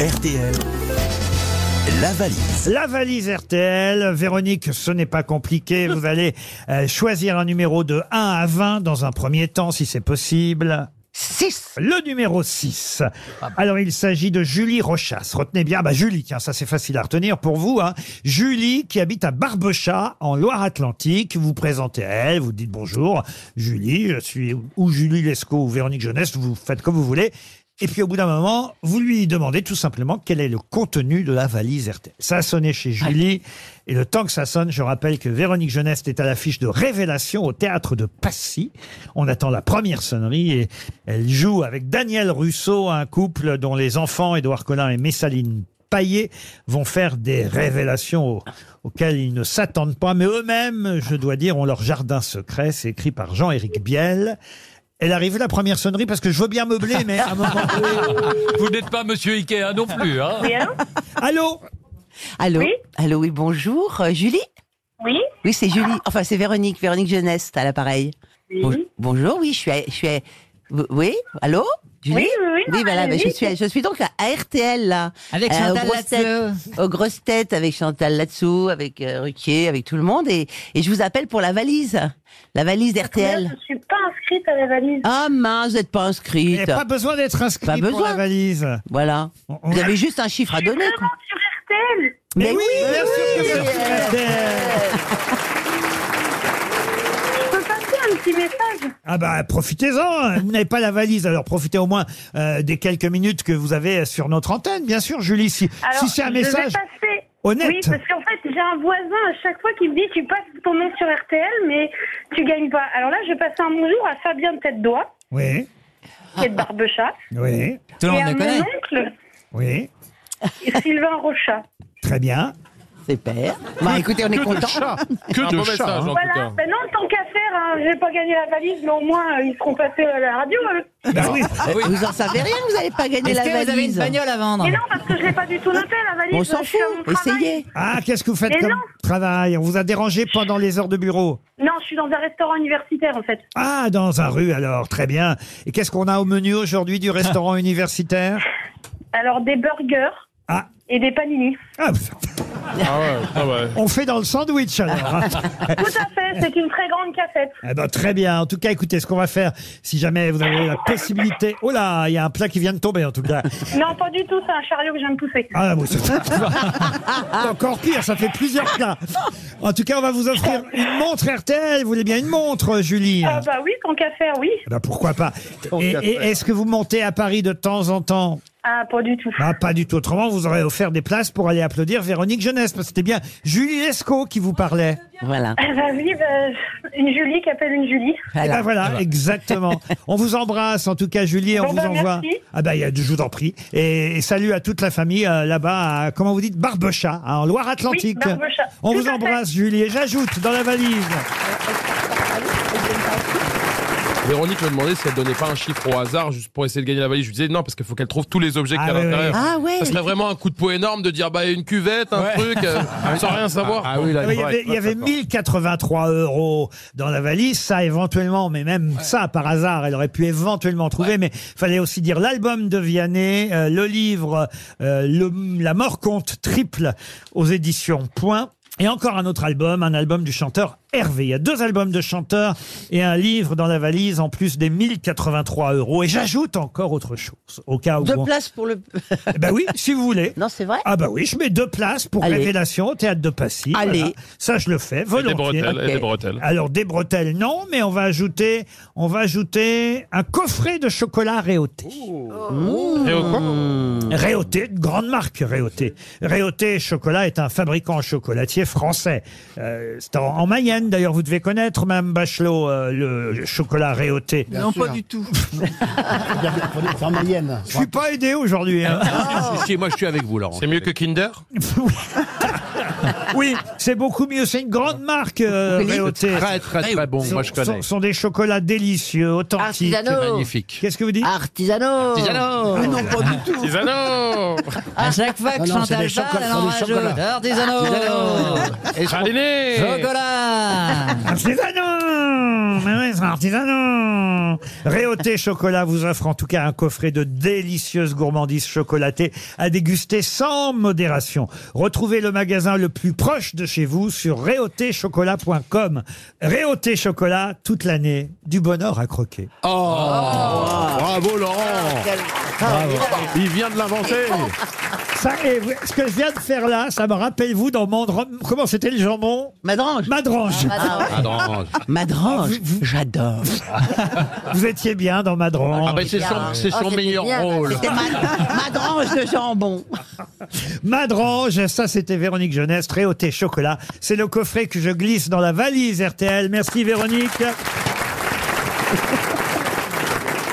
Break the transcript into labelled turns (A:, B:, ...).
A: RTL, la valise.
B: La valise RTL. Véronique, ce n'est pas compliqué. Vous allez euh, choisir un numéro de 1 à 20 dans un premier temps, si c'est possible.
C: 6.
B: Le numéro 6. Alors, il s'agit de Julie Rochasse. Retenez bien, bah, Julie, tiens, ça c'est facile à retenir pour vous. Hein. Julie, qui habite à Barbechat, en Loire-Atlantique. Vous vous présentez à elle, vous dites bonjour. Julie, je suis ou Julie Lescaut ou Véronique Jeunesse, vous faites comme vous voulez. Et puis, au bout d'un moment, vous lui demandez tout simplement quel est le contenu de la valise RTL. Ça a sonné chez Julie. Et le temps que ça sonne, je rappelle que Véronique Jeunesse est à l'affiche de Révélation au théâtre de Passy. On attend la première sonnerie et elle joue avec Daniel Russo, un couple dont les enfants, Édouard Collin et Messaline Paillet, vont faire des révélations au- auxquelles ils ne s'attendent pas. Mais eux-mêmes, je dois dire, ont leur jardin secret. C'est écrit par Jean-Éric Biel. Elle arrive la première sonnerie parce que je veux bien meubler, mais à un moment.
D: Vous n'êtes pas Monsieur Ikea non plus, hein
E: Oui, allô
B: Allô
C: Allô
E: Oui
C: Allô, oui, bonjour. Euh, Julie
E: Oui
C: Oui, c'est Julie. Enfin, c'est Véronique, Véronique Jeunesse, à l'appareil.
E: Oui.
C: Bon- bonjour, oui, je suis. à- je suis à- Oui Allô Julie
E: Oui, oui, oui,
C: Oui, voilà,
E: allez-y.
C: mais je, suis, à- je suis donc à RTL, là.
F: Avec
C: Euh, aux
F: Chantal
C: grosses têtes.
F: Latseux.
C: aux grosses têtes avec Chantal Latsou, avec euh, Ruquier, avec tout le monde. Et, et je vous appelle pour la valise. La valise
E: D'ailleurs,
C: d'RTL.
E: Je ne suis pas inscrite à la valise.
C: Ah mince, vous n'êtes pas
B: Il n'y a
C: inscrite.
B: Eh, pas besoin d'être inscrit
C: Pas
B: pour la
C: besoin.
B: valise.
C: Voilà.
B: On- on-
C: Vous avez juste un
E: Eh
C: chiffre à donner. quoi.
E: Vraiment sur RTL
B: Mais,
C: Mais
B: Eh oui,
C: oui,
B: bien sûr que
C: oui,
B: c'est
C: oui.
B: sur RTL.
E: Je peux passer un petit message
B: Ah bah profitez-en, hein. vous n'avez pas la valise, alors profitez au moins euh, des quelques minutes que vous avez sur notre antenne, bien sûr Julie, si,
E: Alors,
B: si c'est un message...
E: Je vais passer.
B: honnête.
E: Oui, parce qu'en fait, j'ai un voisin à chaque fois qui me dit Tu passes ton nom sur RTL, mais tu gagnes pas. Alors là, je passe un bonjour à Fabien tête d'oie,
B: Oui,
E: qui est de Barbechat,
B: oui,
F: Tout le
E: et
F: monde
E: à
F: le
E: mon
F: connaît.
E: oncle,
B: oui,
E: Sylvain Rochat.
B: très bien.
C: Super. Bah écoutez, on est content.
D: Que de chat
E: Voilà, ben non, tant qu'à faire, hein, j'ai pas gagné la valise, mais au moins, euh, ils seront passés à la radio. eux.
C: Ah
B: Bah oui,
C: Vous en savez rien, vous n'allez pas gagner
F: Est-ce
C: la
F: que vous avez une
C: valise.
F: bagnole à vendre
E: Mais non, parce que je l'ai pas du tout noté, la valise.
C: On
E: je
C: s'en
E: suis
C: fout.
E: à mon travail.
C: Essayez.
B: ah qu'est-ce que vous faites
E: Mais
B: comme
E: non.
B: travail On vous a dérangé pendant les heures de bureau
E: Non, je suis dans un restaurant universitaire, en fait.
B: Ah, dans un rue alors, très bien. Et qu'est-ce qu'on a au menu aujourd'hui du restaurant universitaire
E: Alors, des burgers
B: Ah.
E: et des panini.
B: Ah, On fait dans le sandwich alors. hein.
E: Tout à fait, c'est une très grande cafette.
B: Eh ben, très bien. En tout cas, écoutez, ce qu'on va faire, si jamais vous avez la possibilité. Oh là, il y a un plat qui vient de tomber, en tout cas.
E: Non, pas du tout, c'est un chariot que je viens de pousser.
B: Ah, bon, c'est c'est encore pire, ça fait plusieurs plats. En tout cas, on va vous offrir une montre RTL. Vous voulez bien une montre, Julie
E: Ah bah oui, tant qu'à faire, oui.
B: Eh ben, pourquoi pas Et,
G: qu'à
B: et
G: faire.
B: est-ce que vous montez à Paris de temps en temps
E: Ah, pas du tout.
B: Ah, Pas du tout. Autrement, vous aurez offert des places pour aller applaudir Véronique Jeunesse. Parce que c'était bien Julie Lescaut qui vous parlait.
C: Voilà.
E: Ah bah oui, bah, une Julie qui appelle une Julie.
B: Eh ben
C: voilà.
B: voilà, exactement. On vous embrasse, en tout cas, Julie. On
E: Bon,
B: vous
E: ben,
B: envoie.
E: merci.
B: Ah ben, il y a- je vous en prie. Et, et salut à toute la famille euh, là-bas, à, comment vous dites, Barbechat, hein, en Loire-Atlantique.
E: Oui, Barbechat.
B: On
E: Tout
B: vous
E: à fait.
B: embrasse, Julie. Et j'ajoute dans la valise.
G: Véronique me demandait si elle donnait pas un chiffre au hasard juste pour essayer de gagner la valise. Je lui disais non parce qu'il faut qu'elle trouve tous les objets
B: Ah
G: qu'il y a
B: ouais,
G: à
B: ouais.
G: l'intérieur.
C: Ah ouais.
G: Ça serait vraiment un coup de poing énorme de dire bah une cuvette, un
D: Ouais.
G: truc, euh, sans rien savoir.
D: Ah oui, là,
B: Oui, Il y avait, il y avait 1083 euros dans la valise, ça éventuellement, mais même ça par hasard, elle aurait pu éventuellement trouver, mais fallait aussi dire l'album de Vianney, euh, le livre euh, le- La mort compte triple aux éditions Point. Et encore un autre album, un album du chanteur Hervé. Il y a deux albums de chanteurs et un livre dans la valise en plus des 1083 euros. Et j'ajoute encore autre chose, au cas où...
C: Deux
B: on-
C: places pour le.
B: Ben oui, si vous voulez.
C: Non, c'est vrai
B: Ah bah oui, je mets deux places pour
C: Allez.
B: Révélation au Théâtre de Passy.
C: Allez.
B: Voilà. Ça, je le fais
G: Et des
B: volontiers.
G: bretelles, et des
C: Ok.
G: bretelles.
B: Alors des bretelles, non, mais on va ajouter, on va ajouter un coffret de chocolat Réauté.
C: Oh.
B: Mmh.
G: Et au quoi
B: Réauté, de grande marque Réauté. Réauté Chocolat est un fabricant chocolatier français. Euh, c'est en, en Mayenne d'ailleurs, vous devez connaître, Madame Bachelot, euh, le chocolat Réauté.
H: non, pas du tout. C'est en Mayenne.
B: Je suis pas aidé aujourd'hui. hein.
I: Si, si, moi je suis avec vous, Laurent.
G: C'est mieux que Kinder
B: Oui, c'est beaucoup mieux. C'est une grande marque, euh, Réauté.
G: Très, très, très bon.
B: Ce
G: Moi, je
B: sont-
G: connais.
B: sont des chocolats délicieux,
F: Ah,
B: authentiques.
F: Artisanaux.
G: Magnifique.
B: Qu'est-ce que vous dites
C: Ah.
F: Artisanaux
H: non, pas du tout.
G: Tisano
F: À chaque fois que
C: Ah,
H: Non, non,
F: Chantal
H: c'est des
F: parle,
H: chocolats,
F: elle en
H: c'est des
F: rajoute.
H: chocolats.
F: Artisanaux
G: Praliné
F: Chocolat
B: Artisanon Mais oui, c'est un artisanon Réauté Chocolat vous offre en tout cas un coffret de délicieuses gourmandises chocolatées à déguster sans modération. Retrouvez le magasin le plus proche de chez vous sur réautéchocolat.com. Réauté Chocolat, toute l'année, du bonheur à croquer.
G: Oh. Bravo, Laurent Il vient de l'inventer
B: Ça, et vous- ce que je viens de faire là, ça me rappelle vous dans Mandran... Comment c'était le jambon
C: Madrange.
B: Madrange
G: Ah, non.
F: Ah,
C: Madrange. J'adore.
B: Vous étiez bien dans Madrange.
G: Ah, ben, c'est son, c'est son
F: c'était
G: meilleur
F: bien.
G: rôle.
C: C'était ma- Madrange de jambon.
B: Madrange, ça c'était Véronique Jeunesse, très haut thé chocolat. C'est le coffret que je glisse dans la valise RTL. Merci Véronique.